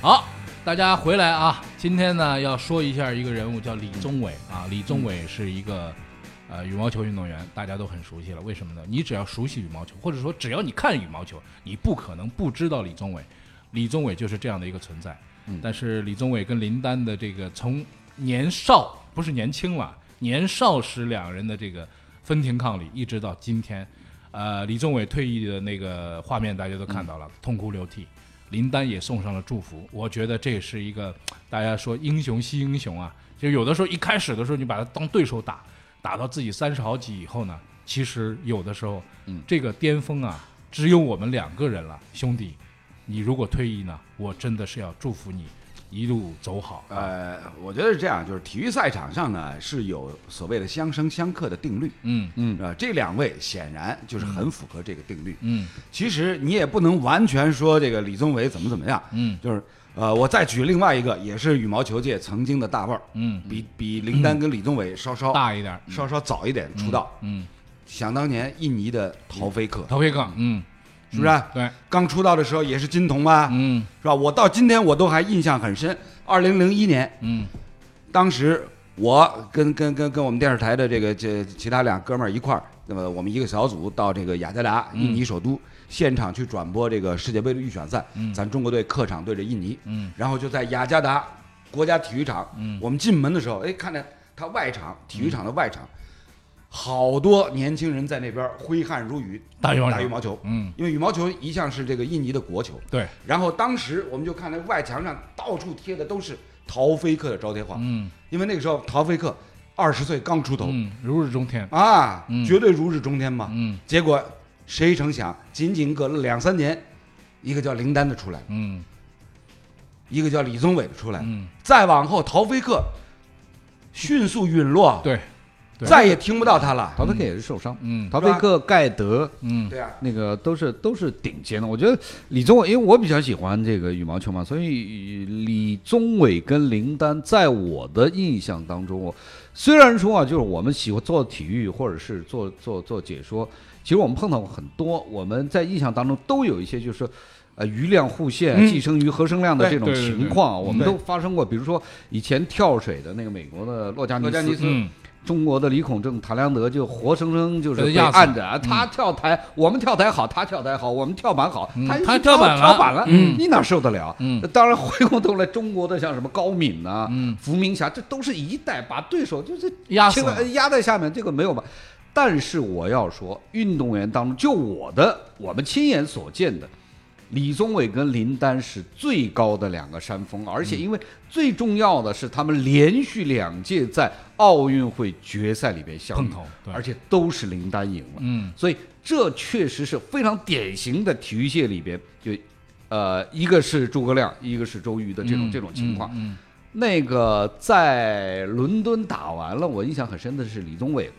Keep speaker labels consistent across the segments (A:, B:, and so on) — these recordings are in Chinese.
A: 好，大家回来啊！今天呢，要说一下一个人物，叫李宗伟啊。李宗伟是一个呃羽毛球运动员，大家都很熟悉了。为什么呢？你只要熟悉羽毛球，或者说只要你看羽毛球，你不可能不知道李宗伟。李宗伟就是这样的一个存在。但是李宗伟跟林丹的这个从年少不是年轻了，年少时两人的这个分庭抗礼，一直到今天，呃，李宗伟退役的那个画面大家都看到了，痛哭流涕，林丹也送上了祝福。我觉得这是一个大家说英雄惜英雄啊，就有的时候一开始的时候你把他当对手打，打到自己三十好几以后呢，其实有的时候，这个巅峰啊，只有我们两个人了，兄弟。你如果退役呢，我真的是要祝福你一路走好。
B: 呃，我觉得是这样，就是体育赛场上呢是有所谓的相生相克的定律，
A: 嗯
B: 嗯，啊、这两位显然就是很符合这个定律。
A: 嗯
B: 其实你也不能完全说这个李宗伟怎么怎么样，
A: 嗯
B: 就是呃，我再举另外一个，也是羽毛球界曾经的大腕儿，
A: 嗯，
B: 比比林丹跟李宗伟稍稍
A: 大一点，
B: 稍稍早一点出道。
A: 嗯，
B: 想当年印尼的陶菲克，
A: 头皮更，嗯，
B: 是不是？
A: 对，
B: 刚出道的时候也是金童吧，
A: 嗯
B: 是吧？我到今天我都还印象很深。二零零一年，
A: 嗯
B: 当时我跟跟跟跟我们电视台的这个这其他俩哥们儿一块儿，那么我们一个小组到这个雅加达，
A: 嗯
B: 印尼首都，现场去转播这个世界杯的预选赛，咱中国队客场对着印尼，
A: 嗯
B: 然后就在雅加达国家体育场，
A: 嗯
B: 我们进门的时候，哎，看见他外场体育场的外场，好多年轻人在那边挥汗如雨
A: 打羽毛球
B: 打羽毛球，
A: 嗯，
B: 因为羽毛球一向是这个印尼的国球，
A: 对，
B: 然后当时我们就看那外墙上到处贴的都是陶菲克的招贴画，
A: 嗯
B: 因为那个时候陶菲克二十岁刚出头、
A: 嗯，如日中天，
B: 啊
A: 嗯，
B: 绝对如日中天嘛。
A: 嗯
B: 结果谁成想，仅仅隔了两三年，一个叫林丹的出来，
A: 嗯
B: 一个叫李宗伟的出来，
A: 嗯，
B: 再往后陶菲克迅速陨落，
A: 对，对
B: 再也听不到他了。
C: 陶菲克也是受伤，
A: 嗯
C: 陶菲克、盖德
A: 嗯
B: 对啊，
C: 那个都是都是顶尖的。我觉得李宗伟，因为我比较喜欢这个羽毛球嘛，所以李宗伟跟林丹在我的印象当中，我虽然说啊，就是我们喜欢做体育或者是做做做解说，其实我们碰到过很多，我们在印象当中都有一些就是。呃，鱼量互现、
B: 嗯
C: 寄生鱼和生量的这
B: 对
C: 种
A: 对对对
C: 情况啊，我们
B: 对
C: 都发生过。比如说以前跳水的那个美国的洛加尼
B: 洛加尼
C: 斯
B: 斯，
A: 嗯
C: 中国的李孔正、谭良德就活生生就是
A: 被
C: 被
A: 压死
C: 按着啊，
A: 嗯
C: 他跳台，我们跳台好，他跳台好，我们跳板好，
A: 嗯
C: 他
A: 他
C: 他
A: 跳板了
C: 跳板了，
A: 嗯
C: 你哪受得了？
A: 嗯
C: 那当然回过头来，中国的像什么高敏呐、
A: 嗯，
C: 伏明霞，这都是一代把对手就是
A: 压死
C: 这个
A: 了
C: 呃，压在下面，这个没有吧？但是我要说，运动员当中，就我的我们亲眼所见的，李宗伟跟林丹是最高的两个山峰，而
A: 嗯
C: 且因为最重要的是，他们连续两届在奥运会决赛里边相
A: 碰
C: 遇，
A: 头，对，
C: 而且都是林丹赢了，
A: 嗯
C: 所以这确实是非常典型的体育界里边就。呃，一个是诸葛亮，一个是周瑜的这种、
A: 嗯
C: 这种情况，
A: 嗯
C: 那个在伦敦打完了，我印象很深的是李宗伟，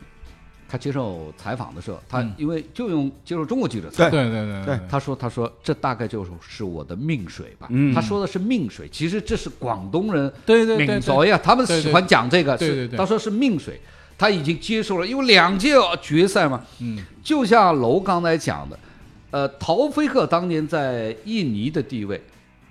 C: 他接受采访的时候，他
A: 嗯
C: 因为就用接受中国记者采
A: 对
C: 访，
A: 对对对，
C: 他说他说这大概就是我的命水吧，
B: 嗯
C: 他说的是命水，其实这是广东人
A: 对对对
C: 闽
A: 对
C: 族呀，他们
A: 对对
C: 喜欢讲这个，
A: 对对
C: 是
A: 对
C: 他说是命水，他已经接受了，因为两届决赛嘛，
A: 嗯
C: 就像楼刚才讲的，呃，陶菲克当年在印尼的地位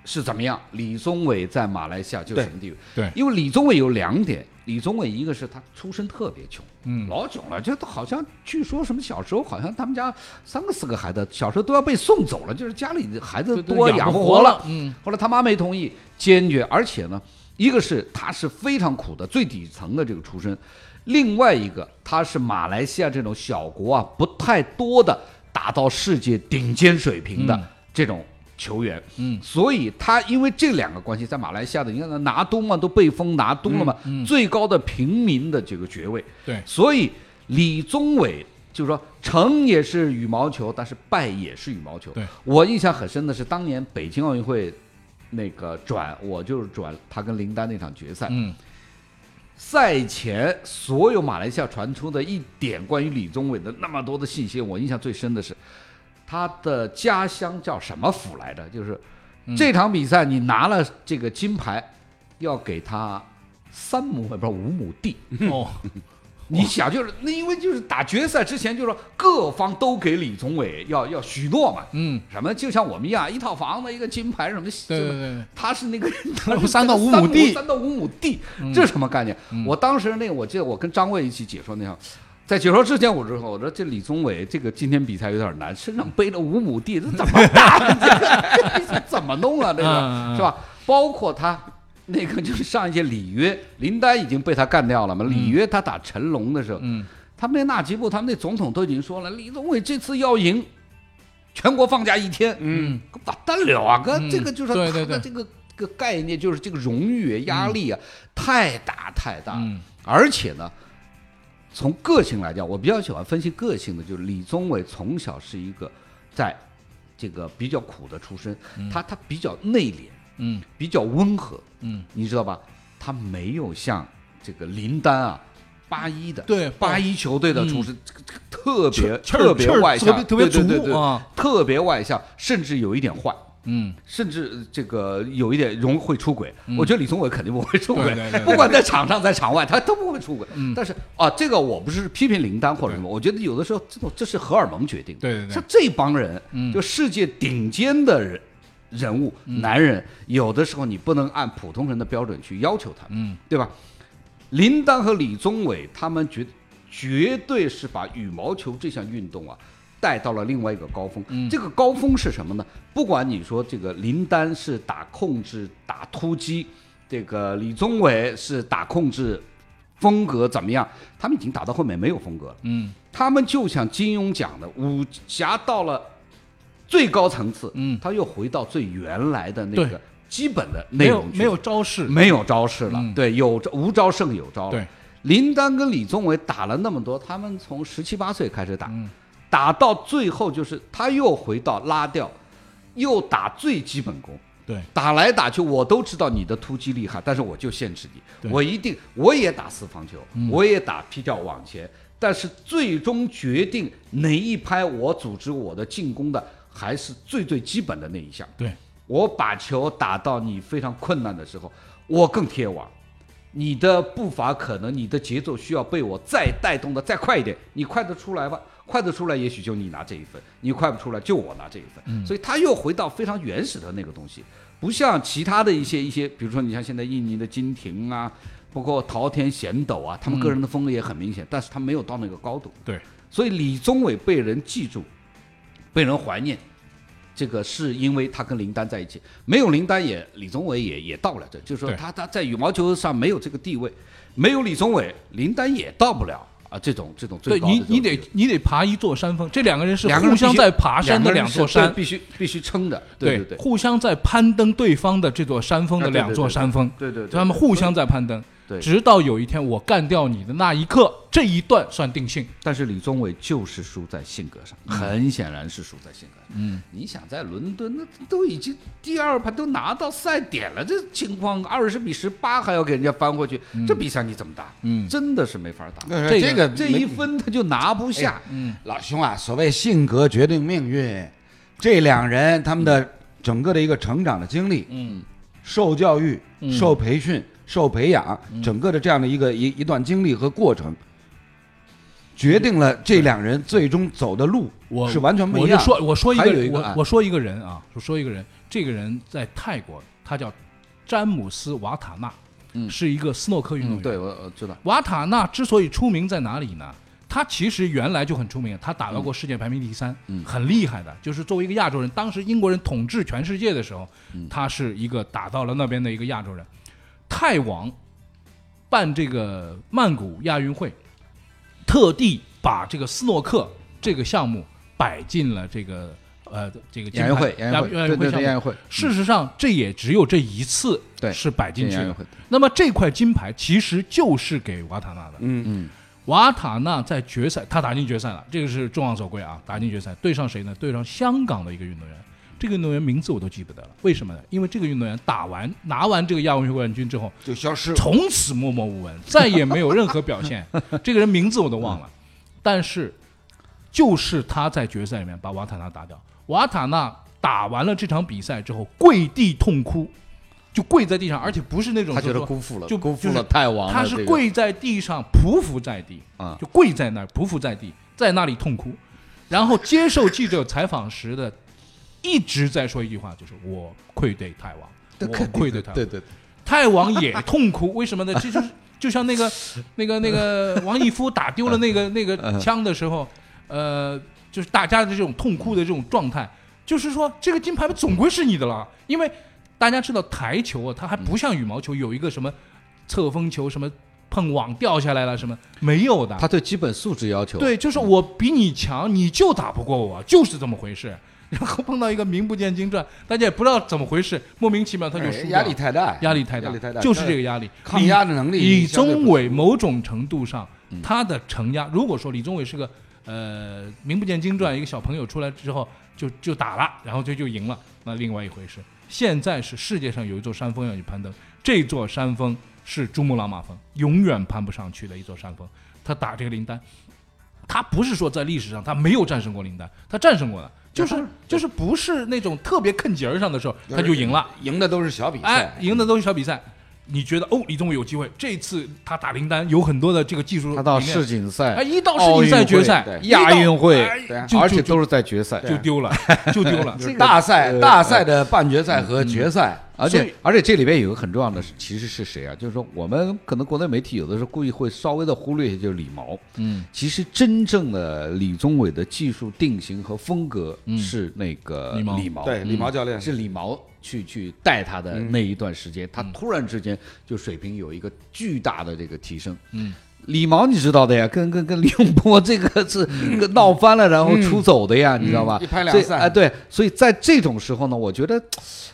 C: 是怎么样？李宗伟在马来西亚就是
B: 对
C: 什么地位？
A: 对
C: 因为李宗伟有两点，李宗伟一个是他出身特别穷，
A: 嗯
C: 老囧了，就好像据说什么小时候好像他们家三个四个孩子，小时候都要被送走了，就是家里的孩子
A: 对对
C: 多
A: 养
C: 养
A: 不
C: 不
A: 活
C: 活
A: 了
C: 了。
A: 嗯，
C: 后来他妈没同意，坚决，而且呢，一个是他是非常苦的最底层的这个出身，另外一个他是马来西亚这种小国啊不太多的达到世界顶尖水
A: 嗯
C: 平的这种球员，
A: 嗯
C: 所以他因为这两个关系，在马来西亚的你看拿督嘛都被封拿督了嘛，最高的平民的这个爵位，
A: 对，
C: 所以李宗伟就是说成也是羽毛球，但是败也是羽毛球。
A: 对
C: 我印象很深的是当年北京奥运会那个转，我就是转他跟林丹那场决赛。
A: 嗯
C: 赛前所有马来西亚传出的一点关于李宗伟的那么多的信息，我印象最深的是他的家乡叫什么府来着？就是
A: 嗯
C: 这场比赛你拿了这个金牌，要给他三亩还不知道五亩地。
A: 哦，
C: 你想就是那因为就是打决赛之前就说各方都给李宗伟要要许诺嘛，
A: 嗯，
C: 什么就像我们一样一套房子一个金牌什么，
A: 对
C: 什么
A: 对对，
C: 他是 那个他是
A: 三到五亩地嗯
C: 三到五亩地，这什么概念？我当时那个我记得我跟张卫一起解说那样。在解说之前，我就说：“我说这李宗伟这个今天比赛有点难，身上背着五亩地，这怎么 打？这这怎么弄啊？这
A: 嗯嗯嗯
C: 个是吧？包括他那个就是上一届里约，林丹已经被他干掉了嘛。里约他打成龙的时候，
A: 嗯
C: 他们那纳吉布他们那总统都已经说了，李宗伟这次要赢，全国放假一天，
A: 嗯，
C: 不得了啊！哥，
A: 嗯
C: 这个就是
A: 对
C: 他
A: 对对
C: 的这个这个概念，就是这个荣誉压力啊，太大太大了。
A: 嗯
C: 而且呢，从个性来讲，我比较喜欢分析个性的，就是李宗伟从小是一个在这个比较苦的出身，他他比较内敛，
A: 嗯
C: 比较温和，
A: 嗯，
C: 你知道吧？他没有像这个林丹啊，八一的
A: 对
C: 八一球队的出身，这个这个特别
A: 气儿
C: 特别
A: 气儿
C: 外向
A: 特，别特别
C: 对对对
A: 足
C: 对
A: 啊
C: 特别外向，甚至有一点坏。
A: 嗯
C: 甚至呃这个有一点容易会出轨，我觉得李宗伟肯定不会出轨，
A: 对对对对
C: 不管在场上在场外，他都不会出轨。
A: 嗯
C: 但是啊，这个我不是批评林丹或者什么，我觉得有的时候这种这是荷尔蒙决定的。
A: 对对对
C: 像这帮人，
A: 嗯
C: 就世界顶尖的人人物、男人，有的时候你不能按普通人的标准去要求他们，
A: 嗯
C: 对吧？林丹和李宗伟他们绝绝对是把羽毛球这项运动啊带到了另外一个高峰。
A: 嗯
C: 这个高峰是什么呢？不管你说这个林丹是打控制、打突击，这个李宗伟是打控制，风格怎么样？他们已经打到后面没有风格了。
A: 嗯
C: 他们就像金庸讲的，武侠到了最高层次，
A: 嗯
C: 他又回到最原来的那
A: 对
C: 个基本的内
A: 没有
C: 容去
A: 没有招式，
C: 没有招式了，
A: 嗯
C: 对，有招无招胜有招了。
A: 对，
C: 林丹跟李宗伟打了那么多，他们从十七八岁开始打，
A: 嗯
C: 打到最后就是他又回到拉吊，又打最基本功。
A: 对
C: 打来打去，我都知道你的突击厉害，但是我就限制你，
A: 对嗯
C: 我一定我也打四方球，我也打劈吊往前，但是最终决定哪一拍我组织我的进攻的，还是最最基本的那一项。
A: 对，
C: 我把球打到你非常困难的时候，我更贴网，你的步伐可能你的节奏需要被我再带动的再快一点，你快得出来吧？快得出来，也许就你拿这一分；你快不出来，就我拿这一分。所以他又回到非常原始的那个东西，不像其他的一些一些，比如说你像现在印尼的金廷啊，包括桃田贤斗啊，他们个人的风格也很明显，但是他没有到那个高度。
A: 对，
C: 所以李宗伟被人记住，被人怀念，这个是因为他跟林丹在一起，没有林丹也李宗伟也也到不了这，就是说
A: 对
C: 他他在羽毛球上没有这个地位，没有李宗伟，林丹也到不了啊这种这种最
A: 对
C: 高的
A: 你
C: 这种
A: 你
C: 地
A: 得
C: 位
A: 你得爬一座山峰，这两个人是
C: 两个人
A: 互
C: 必须
A: 相在爬山的
C: 个人
A: 两座
C: 是对
A: 山，
C: 必须必须撑的，对对，
A: 互相在攀登对方的这座山峰的
C: 啊对对
A: 两座
C: 对对
A: 山峰，
C: 对对对，
A: 他们互相在攀登，
C: 对
A: 直到有一天我干掉你的那一刻，这一段算定性。
C: 但是李宗伟就是输在性格上，很显然是输在性格上。
A: 嗯，
C: 你想在伦敦，那都已经第二盘都拿到赛点了，这情况二十比十八还要给人家翻回去，这比赛你怎么打？
A: 嗯
C: 真的是没哎法打。
A: 这个
B: 这个
C: 这
B: 没
C: 一分他就拿不下，
A: 嗯，
B: 老兄啊，所谓性格决定命运，这两人他们的整个的一个成长的经历，
A: 嗯，
B: 受教育、
A: 嗯
B: 受培训、受培养，整个的这样的一个一一段经历和过程，决定了这两人最终走的路
A: 我
B: 是完全不
A: 我
B: 一
A: 就
B: 样。
A: 说，我说一
B: 还
A: 个
B: 有
A: 人，
B: 一个
A: 我
B: 啊
A: 我说一个人啊，我说一个人，这个人在泰国，他叫詹姆斯·瓦塔纳，
C: 嗯
A: 是一个斯诺克运动员。
C: 对我我知道，
A: 瓦塔纳之所以出名在哪里呢？他其实原来就很出名，他打到过世界排名第三，
C: 嗯
A: 很厉害的。就是作为一个亚洲人，当时英国人统治全世界的时候，
C: 嗯
A: 他是一个打到了那边的一个亚洲人。泰王办这个曼谷亚运会，特地把这个斯诺克这个项目摆进了这个呃这个金
C: 亚运
A: 牌
C: 会，亚运会，
A: 亚
C: 对对
A: 项
C: 对，
A: 目
C: 亚运会，嗯
A: 事实上，这也只有这一次
C: 对
A: 是摆进去
C: 亚运
A: 的。
C: 会，
A: 那么这块金牌其实就是给瓦塔纳的。
B: 嗯
C: 嗯，
A: 瓦塔纳在决赛，他打进决赛了，这个是众望所归啊！打进决赛，对上谁呢？对上香港的一个运动员，这个运动员名字我都记不得了，为什么呢？因为这个运动员打完拿完这个亚运会冠军之后，
B: 就消失了。
A: 从此默默无闻，再也没有任何表 现。这个人名字我都忘了，但是就是他在决赛里面把瓦塔纳打掉。瓦塔纳打完了这场比赛之后，跪地痛哭，就跪在地上，而且不是那种
D: 他觉
A: 就
D: 得
A: 说
D: 辜负了，
A: 就
D: 辜负
A: 就是
D: 了泰王了。
A: 他
D: 这
A: 是
D: 个
A: 跪在地上匍匐在地
C: 啊
A: 就跪在那儿匍匐在地，在那里痛哭，然后接受记者采访时的一直在说一句话，就是我愧对泰王，我愧对泰王
D: 对，对，对
A: 泰王也痛哭，为什么呢？这就是就像那个那个那个王义夫打丢了那个那个枪的时候，呃，就是大家的这种痛哭的这种状态，就是说这个金牌总归是你的了，因为大家知道台球啊，它还不像羽毛球有一个什么侧风球什么。碰网掉下来了什么没有的？
D: 他对基本素质要求，
A: 对，就是我比你强，你就打不过我，就是这么回事。然后碰到一个名不见经传，大家也不知道怎么回事，莫名其妙他就输掉了。
B: 哎压力太大，
A: 压力太大，
B: 压力太大，
A: 就是这个压力。
B: 抗压的能力
A: 李李
B: 相对不嗯
A: 宗伟某种程度上，他的承压，如果说李宗伟是个呃名不见经
B: 嗯
A: 传一个小朋友出来之后就就打了，然后就就赢了，那另外一回事。现在是世界上有一座山峰要你攀登，这座山峰是珠穆朗玛峰，永远攀不上去的一座山峰。他打这个林丹，他不是说在历史上他没有战胜过林丹，他战胜过了，就是就是不是那种特别坑节儿上的时候他就赢了。
B: 赢的都是小比
A: 哎
B: 赛，，
A: 赢的都是小比赛。你觉得哦，李宗伟有机会？这次他打林丹有很多的这个技术理念，
D: 他到世锦赛、
A: 哎一到世锦赛决赛
B: 对、
A: 一到
D: 亚运会
A: 哎
B: 对啊
A: 就
D: 而
A: 就
D: 且都是在决赛，
A: 就丢了，就丢 了。
B: 就是大赛大赛的半决赛和决赛，
C: 而
A: 所
C: 且
A: 以
C: 而且这里边有个很重要的是，其实是谁啊？就是说我们可能国内媒体有的时候故意会稍微的忽略一下，就是李毛。
A: 嗯，
C: 其实真正的李宗伟的技术定型和风格是那个
A: 嗯李毛
C: 李毛，
B: 对李毛教练
C: 是李毛去去带他的那一段时间，他
A: 嗯
C: 突然之间就水平有一个巨大的这个提升。
A: 嗯。
C: 李毛你知道的呀，跟跟跟李永波这个是
A: 嗯
C: 闹翻了，然后出走的呀，你知道吧？
B: 嗯一拍
C: 所
B: 两
C: 以
B: 散
C: 哎，对，所以在这种时候呢，我觉得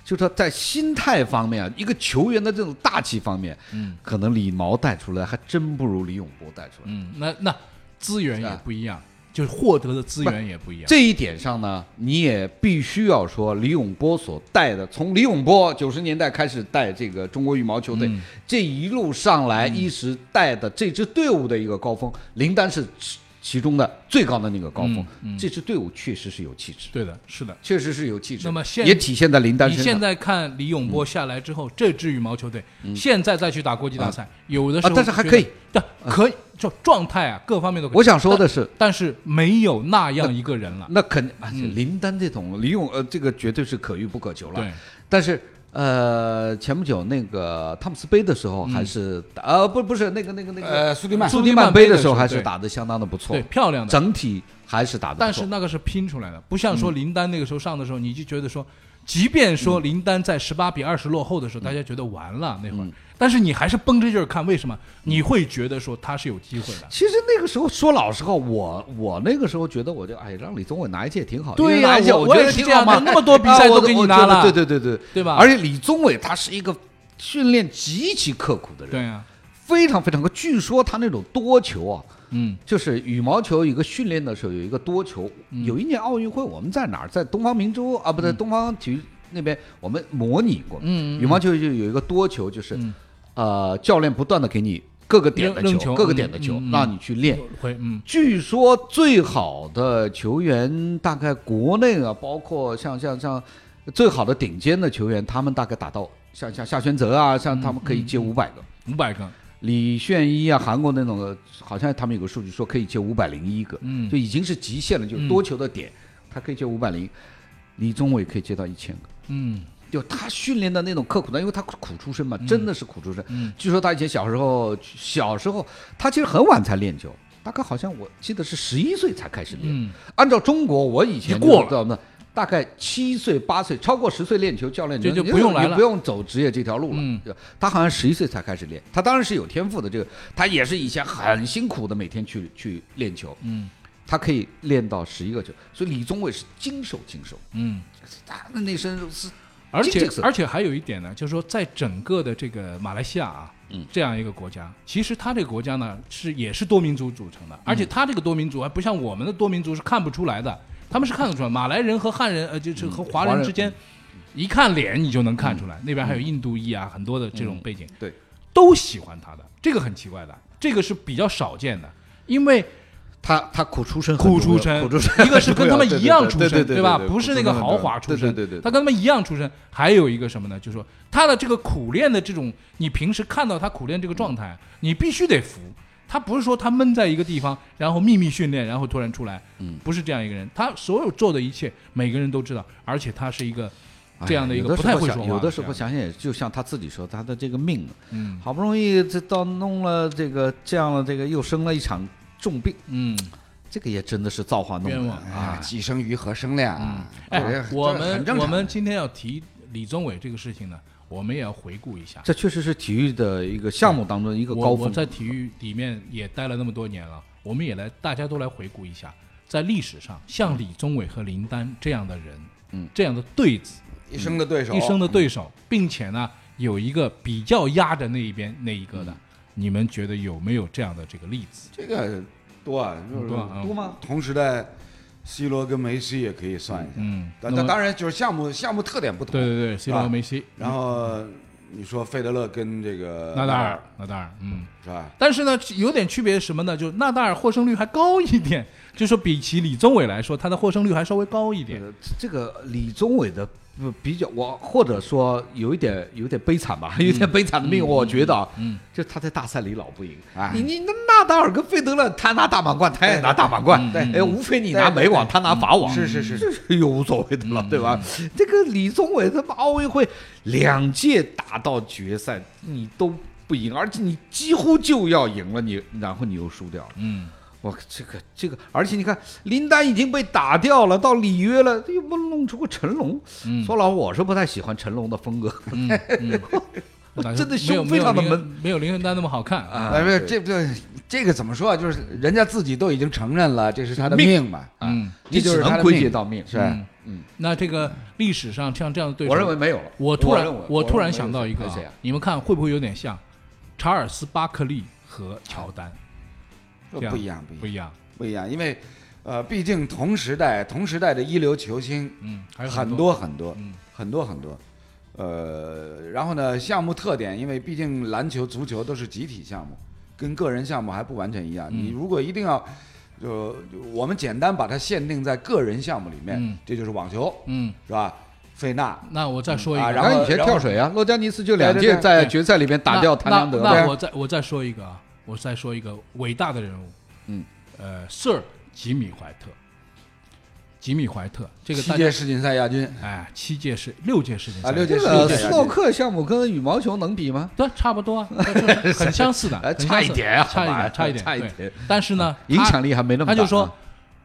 C: 就是说在心态方面啊，一个球员的这种大气方面，
A: 嗯，
C: 可能李毛带出来还真不如李永波带出来。
A: 嗯，那那资源也不一样，就是获得的资源也不一样。
C: 啊这一点上呢，你也必须要说李永波所带的，从李永波九十年代开始带这个中国羽毛球队，
A: 嗯
C: 这一路上来一直带的这支队伍的一个高峰，林丹是其中的最高的那个高峰，
A: 嗯嗯
C: 这支队伍确实是有气质。
A: 对的，是的。
C: 确实是有气质，
A: 那么现
C: 也体现在林丹
A: 你
C: 身
A: 现
C: 上。
A: 在看李永波下来之后，这支羽毛球队现在再去打国际大赛，有的时候
C: 嗯啊但是还
A: 觉得
C: 可以，啊
A: 对，可以，就状态啊，各方面都可以。
C: 我想说的是，
A: 但是没有那样一个人了。
C: 那肯啊林丹这种李永呃，这个绝对是可遇不可求了。
A: 对，
C: 但是呃，前不久那个汤姆斯杯的时候，还是打呃不不是那个那个那个
B: 呃，苏迪曼
A: 嗯苏
C: 苏
A: 迪
C: 迪
A: 曼
C: 曼
A: 杯
C: 杯
A: 的
C: 的
A: 时
C: 时
A: 候
C: 候还是
A: 对
C: 打得相当的不错嗯
A: 对，，漂亮的。
C: 整体还是打得不错。
A: 但是那个是拼出来的，不像说林丹那个时候上的时候，你就觉得说，即便
C: 嗯
A: 说林丹在十八比二十落后的时候，大家觉得完了那会
C: 嗯
A: 儿，但是你还是绷着劲儿看，为什么？你会觉得说他是有机会的。
C: 其实那个时候说老实话，我我那个时候觉得我就哎，让李宗伟拿一届挺好。
A: 对呀
C: 因为拿一届
A: 我
C: 觉
A: 我也
C: 得
A: 是
C: 挺
A: 这样
C: 好嘛。
A: 的那么多比赛
C: 啊我
A: 都给你
C: 我
A: 拿
C: 觉得
A: 了
C: 对对对对，
A: 对吧
C: 而且李宗伟他是一个训练极其刻苦的人，
A: 对啊呀、
C: 非常非常刻。据说他那种多球啊，
A: 嗯，
C: 就是羽毛球有一个训练的时候有一个多球，
A: 嗯
C: 有一年奥运会我们在哪儿，在东方明珠啊，不对，东方体育那边我们模拟过，
A: 嗯嗯嗯
C: 羽毛球就有一个多球，就是、
A: 嗯
C: 呃教练不断的给你各个点的
A: 扔
C: 球，
A: 扔球
C: 各个点的球，
A: 嗯嗯嗯
C: 让你去练。
A: 会，嗯
C: 据说最好的球员，大概国内啊，包括像像像最好的顶尖的球员，他们大概打到像像夏玄泽啊，像他们可以
A: 嗯
C: 接五百个。
A: 五百个，
C: 李炫一啊，韩国那种的，好像他们有个数据说可以接五百零一个，
A: 嗯
C: 就已经是极限了，就是多球的点，他可以接五百零，李宗伟可以接到一千个。
A: 嗯
C: 就他训练的那种刻苦的，因为他苦出身嘛，真的是苦出身。
A: 嗯
C: 据说他以前小时候，小时候他其实很晚才练球，大概好像我记得是十一岁才开始练。
A: 嗯，
C: 按照中国，我以前
A: 已经过了
C: 知道吗？大概七岁八岁，超过十岁练球，教练
A: 这就
C: 你
A: 不用来了
C: 你不用走职业这条路了。
A: 嗯
C: 对吧他好像十一岁才开始练，他当然是有天赋的。这个他也是以前很辛苦的，每天去去练球。
A: 嗯，
C: 他可以练到十一个球，所以李宗伟是精手精手，
A: 嗯。
C: 他的那身肉是
A: 而
C: 这
A: 且
C: 个是
A: 而且还有一点呢，就是说，在整个的这个马来西亚啊，
D: 嗯
A: 这样一个国家，其实它这个国家呢是也是多民族组成的，而
D: 嗯
A: 且它这个多民族还不像我们的多民族是看不出来的，他们是看得出来，马来人和汉人呃就是
D: 嗯
A: 和华
C: 华
A: 人
C: 人
A: 之间，一看脸你就能看出来，那
D: 嗯
A: 边还有印度裔啊，很多的这种背景，
B: 对，
A: 都喜欢他的，这个很奇怪的，这个是比较少见的，因为
D: 他他苦出身很多，
A: 苦出身，
D: 苦出身，
A: 一个是跟他们一样 出
D: 对对
A: 身，
D: 对对
A: 吧？
D: 对对
A: 不是那个豪华出身，
D: 对对对对对
A: 他跟他们一样出身。还有一个什么呢？就是说他的这个苦练的这种，你平时看到他苦练这个状态，你必须得服。他不是说他闷在一个地方，然后秘密训练，然后突然出来，嗯，不是这样一个人。他所有做的一切，每个人都知道，而且他是一个这样的一
C: 哎有
A: 个不太
C: 时候
A: 会
C: 想
A: 说话
C: 有的时候
A: 人，
C: 想想，也就像他自己说，他的这个命，
A: 嗯
C: 好不容易这到弄了这个这样的这个又生了一场重病，
A: 嗯，
C: 这个也真的是造化弄
A: 冤
C: 人
A: 枉。
B: 啊，既生瑜何生亮
A: 嗯
B: 啊？，
A: 哎
B: 这，
A: 我
B: 这很
A: 们
B: 正常
A: 我们今天要提李宗伟这个事情呢，我们也要回顾一下。
C: 这确实是体育的一个项目当中一个
A: 啊我
C: 高
A: 我
C: 峰。啊
A: 在体育里面也待了那么多年了，我们也来大家都来回顾一下，在历史上
C: 嗯
A: 像李宗伟和林丹这样的人，嗯，这样的对子，
B: 一生的对手，
A: 一生的
C: 嗯
A: 对手，并且呢有一个比较压着那一边那一个的，
C: 嗯
A: 你们觉得有没有这样的这个例子？
B: 这个多啊，就是
A: 对吧？
C: 多吗？
B: 同时代，C 罗跟梅西也可以算一下。
A: 嗯，
B: 但
A: 那
B: 但
A: 么
B: 当然就是项目项目特点不同。
A: 对对对，C 罗和梅西，
B: 然后你说费德勒跟这个
A: 纳达尔，纳达尔，嗯。
B: 是吧？
A: 但是呢，有点区别是什么呢？就纳达尔获胜率还高一点，就说比起李宗伟来说，他的获胜率还稍微高一点。
C: 呃这个李宗伟的呃比较，我或者说有一点有点悲惨吧，有点悲惨的命，我觉得啊，
A: 嗯，
C: 就他在大赛里老不赢
B: 哎。
C: 你你那纳达尔跟费德勒，他拿大满贯，他也拿大满贯，
B: 对
C: 哎，无非你
B: 对
C: 拿
B: 对
C: 美网，他拿法网，
B: 是是是
C: 这是 有无所谓的了，对吧？这个李宗伟他妈奥运会两届打到决赛，你都不赢，而且你几乎就要赢了，你然后你又输掉了。
A: 嗯，
C: 我这个这个，而且你看，林丹已经被打掉了，到里约了，又不弄出个成龙。
A: 嗯
C: 说老实话我是不太喜欢成龙的风格，
A: 嗯嗯，我打算
C: 真的
A: 没有
C: 胸
A: 没
C: 非
A: 有
C: 常的
A: 林
C: 闷。
A: 没有林恩丹那么好看啊。
B: 哎，不是这这这个怎么说啊？就是人家自己都已经承认了，这是他的
C: 命
B: 命嘛，
A: 嗯，
B: 这
C: 你
B: 就
C: 只
B: 是他
C: 能
B: 的
C: 归结到命。
B: 是
A: 嗯那这个历史上像这样的对手，
C: 我认为没有了。
A: 我突然
C: 认为
A: 我突
C: 认
A: 然
C: 为
A: 想
C: 是
A: 到一个
C: 还
A: 啊
C: 是谁啊？，
A: 你们看会不会有点像查尔斯巴克利和乔丹
B: 不
A: 这样
B: 一样，不一
A: 不
B: 样，
A: 一样？
B: 不一样，因为呃，毕竟同时代同时代的一流球星
A: 嗯，还有
B: 很
A: 很
B: 多很多
A: 嗯
B: 很多很多。呃，然后呢，项目特点，因为毕竟篮球、足球都是集体项目，跟个人项目还不完全一样。
A: 嗯
B: 你如果一定要，就就我们简单把它限定在个人项目里面，
A: 嗯
B: 这就是网球，
A: 嗯，
B: 是吧？费纳，
A: 那我再说一个，
B: 啊然后
D: 然后以前
B: 然后
D: 跳水啊，洛加尼斯就
B: 对
D: 两
B: 对
D: 届
B: 对
D: 在
A: 对
D: 决赛里面打掉
A: 那
D: 谭良德，
A: 那
D: 对
A: 那
D: 啊
A: 我再我再说一个啊，我再说一个伟大的人物，
D: 嗯，
A: 呃，瑟尔吉米怀特，吉米怀特这个
B: 世
A: 大
B: 界
A: 家
B: 世锦赛亚军，
A: 哎，七届世六届世界赛
B: 啊六届
C: 这
B: 世
C: 个
B: 界
C: 斯
B: 亚
C: 诺
B: 军。
C: 克项目跟羽毛球能比吗？
A: 对，差不 多啊，就是很相似的，
C: 哎
A: 很
C: 差一
A: 相似
C: 点啊
A: 差一
C: 好吧
A: 点，差一点，
C: 差一
A: 对
C: 点。
A: 但是呢，
D: 影
A: 他
D: 响力还没那么大
A: 他
D: 啊。
A: 就
C: 嗯
A: 说，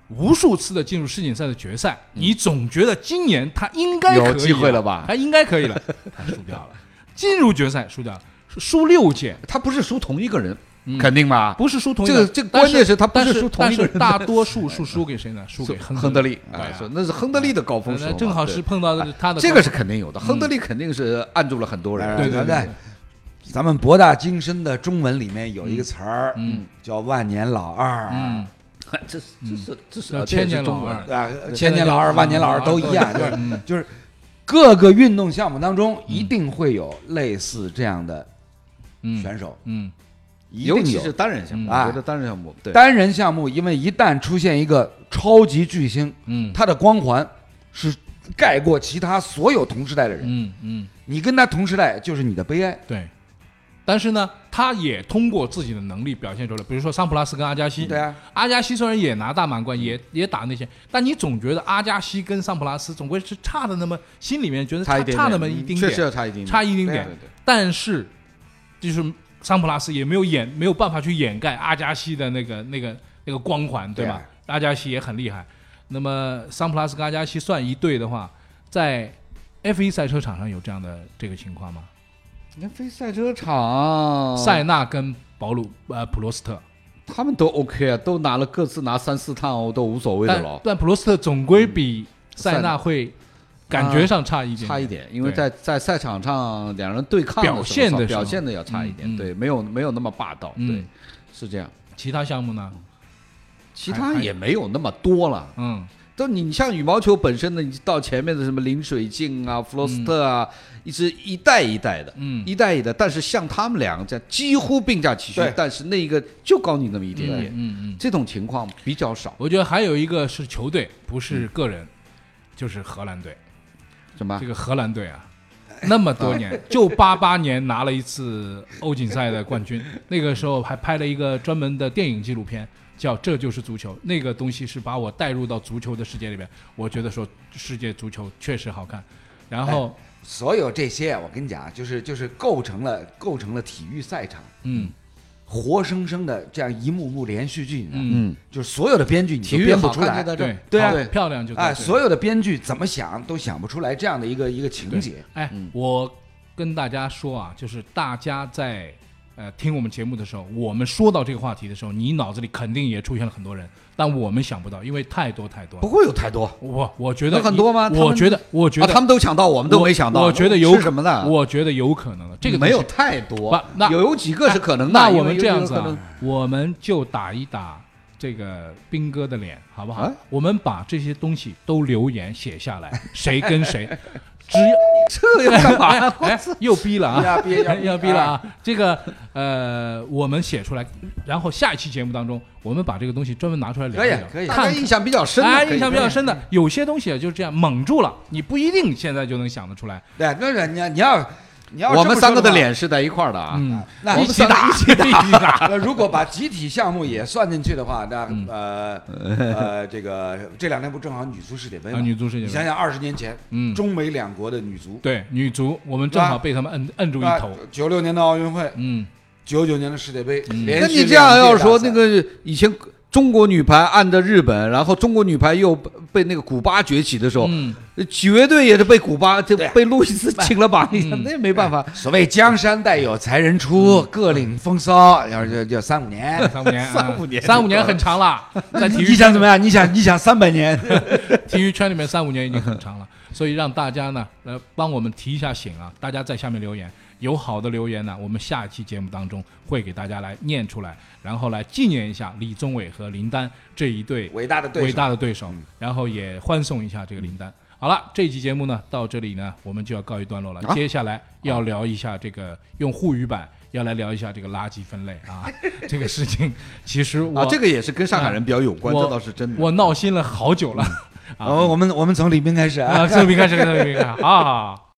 A: 无数次的进入世锦赛的决赛，你总觉得今年他应该
D: 有
A: 可以
D: 机会了吧
A: 他应该可以 了，他输掉了，进入决赛输掉了，输六届，
C: 他不是输同一个人，
A: 嗯
C: 肯定吧？
A: 不是输同一
C: 这
A: 个
C: 个这个
A: 但
C: 关键是他不
A: 但
C: 是
A: 是
C: 输同一个人的
A: 但是大多数是输给谁呢？输给
C: 亨
A: 亨
C: 德
A: 利
C: 利，
A: 对
C: 哎
A: 啊，
C: 是那是亨德利的高峰时候
A: 那
C: 嘛，
A: 正好
C: 对啊
A: 是碰到的他的
C: 这个是肯定有的，亨德利肯定是按住了很多人。
A: 对对对
B: 咱们咱们博大精深的中文里面有一个词儿，
A: 嗯，
B: 叫万年老二，
A: 嗯，
C: 这是这是这是
A: 叫
C: 啊
A: 千
C: 这
A: 年
C: 也是
A: 老
C: 中国
A: 二
C: 人，
B: 啊，千年老二、万年老二都一样，就是
A: 嗯
B: 就是各个运动项目当中一定会有类似这样的
A: 嗯
B: 选手，
A: 嗯
B: 一
C: 尤
B: 定
C: 其
B: 有
C: 是。单人项目，
B: 嗯
C: 我觉得单人项目对。
B: 单人项目，因为一旦出现一个超级巨星，
A: 嗯
B: 他的光环是盖过其他所有同时代的人。
A: 嗯嗯，
B: 你跟他同时代，就是你的悲哀。
A: 对。但是呢，他也通过自己的能力表现出来，比如说桑普拉斯跟阿加西，
B: 对啊，
A: 阿加西虽然也拿大满贯，也也打那些，但你总觉得阿加西跟桑普拉斯总归是差的那么，心里面觉得
D: 差
A: 差
D: 一点点嗯
A: 那么一丁
D: 确实
A: 点，
D: 要差一丁点，
A: 差一丁点
D: 对。对
A: 但是，就是桑普拉斯也没有掩没有办法去掩盖阿加西的那个那个那个光环，对
D: 啊
A: 吧？阿加西也很厉害。那么桑普拉斯跟阿加西算一对的话，在 F 一赛车场上有这样的这个情况吗？
D: 那非赛车场
A: 塞纳跟保鲁呃普罗斯特，
D: 他们都 OK 啊，都拿了各自拿三四趟哦，都无所谓的
A: 但
D: 了，
A: 但普罗斯特总归比塞
D: 塞
A: 纳
D: 纳
A: 会感觉上差一点，
D: 差一点，因为
A: 对
D: 在在赛场上两人对抗
A: 表
D: 的时候
A: 现的时候
D: 表现的要差一
A: 嗯嗯
D: 点，对，没有没有那么霸道，
A: 嗯
D: 对，是这样，
A: 其他项目呢？
D: 其
A: 还
D: 他也没有那么多了。
A: 嗯
D: 这
C: 都你像羽毛球本身的，你到前面的什么林水静啊、弗罗斯特啊，一直一代一代的，
A: 嗯
C: 一代一代，但是像他们两个这样几乎并驾齐驱
B: 对，
C: 但是那一个就高你那么一点点，
A: 嗯嗯，
C: 这种情况比较少，
A: 我觉得还有一个是球队，不
D: 嗯
A: 是个人，就是荷兰队。
C: 什么
A: 这？个荷兰队啊，那么多
D: 啊
A: 年，就八八年拿了一次欧锦赛的冠 军，那个时候还拍了一个专门的电影纪录片，叫《这就是足球》，那个东西是把我带入到足球的世界里边，我觉得说世界足球确实好看。然后，
B: 所有这些，我跟你讲，啊就是就是构成了构成了体育赛场，
A: 嗯
B: 活生生的这样一幕幕连续剧，你知道吗
A: 嗯，
B: 就是所有的编剧你
C: 体
B: 都
C: 育
B: 编不
C: 好
B: 出
C: 看
B: 来
C: 就，在这
A: 对
C: 儿，
B: 对啊
A: 好漂亮就在
B: 哎，
A: 这里
B: 所有的编剧怎么想都想不出来这样的一个一个情节。
A: 哎，
C: 嗯
A: 我跟大家说啊，就是大家在呃听我们节目的时候，我们说到这个话题的时候，你脑子里肯定也出现了很多人，但我们想不到，因为太多太多
C: 不
A: 了。
C: 会有太多，
A: 我我觉得
C: 有很
A: 你
C: 多吗他
A: 我
C: 们
A: 觉得，我觉
C: 啊，
A: 得、
C: 他们都想到，我们都
A: 我
C: 没想到，
A: 我觉得有
C: 是什么呢？嗯
A: 我觉得有可能的，这个东
C: 没
A: 西
C: 有太多
A: 不那，
C: 有有几个是可能的。
A: 那
C: 因为
A: 我们
C: 有
A: 这样子
C: 有可能
A: 啊，我们就打一打这个兵哥的脸，好不好？
C: 啊
A: 我们把这些东西都留言写下来，谁跟谁，只要
C: 这要 干嘛呀？
A: 哎，又逼了啊！
B: 要逼要逼
A: 要逼了啊！这个呃，我们写出来，然后下一期节目当中，我们把这个东西专门拿出来聊一
B: 可以
A: 聊。
B: 可以
C: 大家
A: 看
C: 印象比较深的，
A: 哎，
C: 可以
A: 印象比
C: 可
A: 较
C: 以
A: 深的，有些东西啊就是这样蒙住了，你不一定现在就能想得出来。
B: 对，那是你要你要你要
C: 我们三个的
B: 这么说话，
C: 脸是在一块儿的啊。
A: 嗯，
B: 那
A: 一起 打，一起打。
B: 那如果把集体项目也算进去的话，那呃 呃，这个这两天不正好女足世界杯吗？
A: 啊女足世界杯
B: 你想想二十年前，
A: 嗯
B: 中美两国的女足，
A: 对，女足，我们正好被他们摁摁住一头。
B: 九六年的奥运会，
A: 嗯，
B: 九九年的世界杯，连
C: 那
B: 续
C: 你这样
B: 两届
C: 要
B: 大赛
C: 说，那个以前中国女排按着日本，然后中国女排又被被那个古巴崛起的时候，
A: 嗯
C: 绝对也是被古巴就
B: 对啊
C: 被路易 斯请了吧？
A: 嗯
C: 那也没办法。
B: 所谓江山代有才人出，各领风骚，要是就就三五年。
A: 三五年，
C: 三五年
A: 啊三五年很长了，在体育
B: 你想怎么样？你想你想三百年？
A: 体育圈里面三五年已经很长了，所以让大家呢来帮我们提一下醒啊！大家在下面留言，有好的留言呢，我们下一期节目当中会给大家来念出来，然后来纪念一下李宗伟和林丹这一对
B: 伟大的对手，
A: 伟大的对手，
C: 嗯
A: 然后也欢送一下这个林丹。好了，这期节目呢到这里呢，我们就要告一段落了。
C: 啊
A: 接下来要聊一下这个用沪语版，要来聊一下这个垃圾分类 啊，这个事情其实我、
C: 啊，这个也是跟上海人比较有关，
A: 我
C: 这倒是真的。
A: 我闹心了好久了。
B: 我们我们从李斌开始啊
A: 啊，这个没开始，这个没开始，好好好。